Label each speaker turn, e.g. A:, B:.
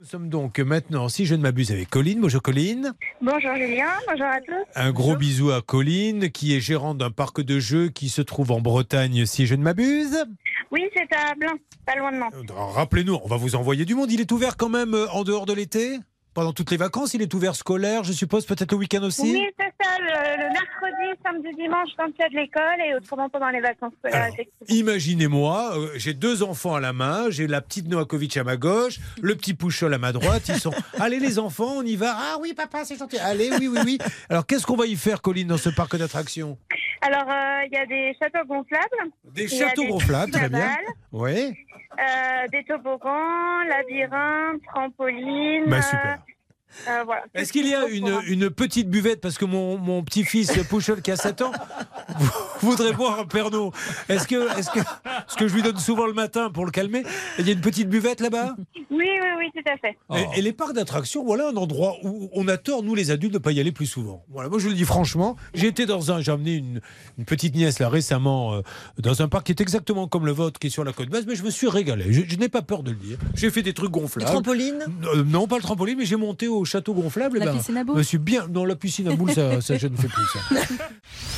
A: Nous sommes donc maintenant, si je ne m'abuse, avec Colline. Bonjour Colline.
B: Bonjour Julien, bonjour à tous.
A: Un gros bisou à Colline, qui est gérante d'un parc de jeux qui se trouve en Bretagne, si je ne m'abuse.
B: Oui, c'est à Blain, pas loin de Nantes.
A: Euh, Rappelez-nous, on va vous envoyer du monde. Il est ouvert quand même euh, en dehors de l'été Pendant toutes les vacances, il est ouvert scolaire, je suppose, peut-être le week-end aussi
B: Oui, c'est ça, le, le mercredi, samedi, dimanche, quand il y a de l'école et autrement pendant les vacances scolaires,
A: Alors,
B: effectivement.
A: Imaginez-moi, euh, j'ai deux enfants à la main, j'ai la petite Noakovic à ma gauche, le petit Pouchol à ma droite. Ils sont. Allez les enfants, on y va. Ah oui, papa, c'est gentil. Allez, oui, oui, oui. Alors qu'est-ce qu'on va y faire, Colline, dans ce parc d'attractions
B: Alors, euh, il y a des châteaux gonflables,
A: Des
B: Il y a
A: châteaux
B: des
A: gonflables, très bien.
B: navals,
A: Oui.
B: euh, des toboggans, labyrinthes, trampolines.
A: Bah, super.
B: euh, euh, voilà.
A: Est-ce qu'il y a une, une petite buvette Parce que mon, mon petit-fils Pouchol qui a 7 ans voudrait boire un Pernod. Est-ce que, est-ce que ce que je lui donne souvent le matin pour le calmer, il y a une petite buvette là-bas
B: Oui, oui, oui, tout à fait.
A: Et, et les parcs d'attractions, voilà un endroit où on a tort, nous les adultes, de ne pas y aller plus souvent. Voilà, moi je le dis franchement, j'ai été dans un, j'ai amené une, une petite nièce là récemment euh, dans un parc qui est exactement comme le vôtre, qui est sur la côte basse, mais je me suis régalé. Je, je n'ai pas peur de le dire. J'ai fait des trucs gonflables.
C: Trampoline
A: Euh, non, pas le trampoline, mais j'ai monté au château gonflable.
D: La
A: ben,
D: piscine à boules
A: Je me suis bien. Non, la piscine à boules, ça, ça, je ne fais plus ça.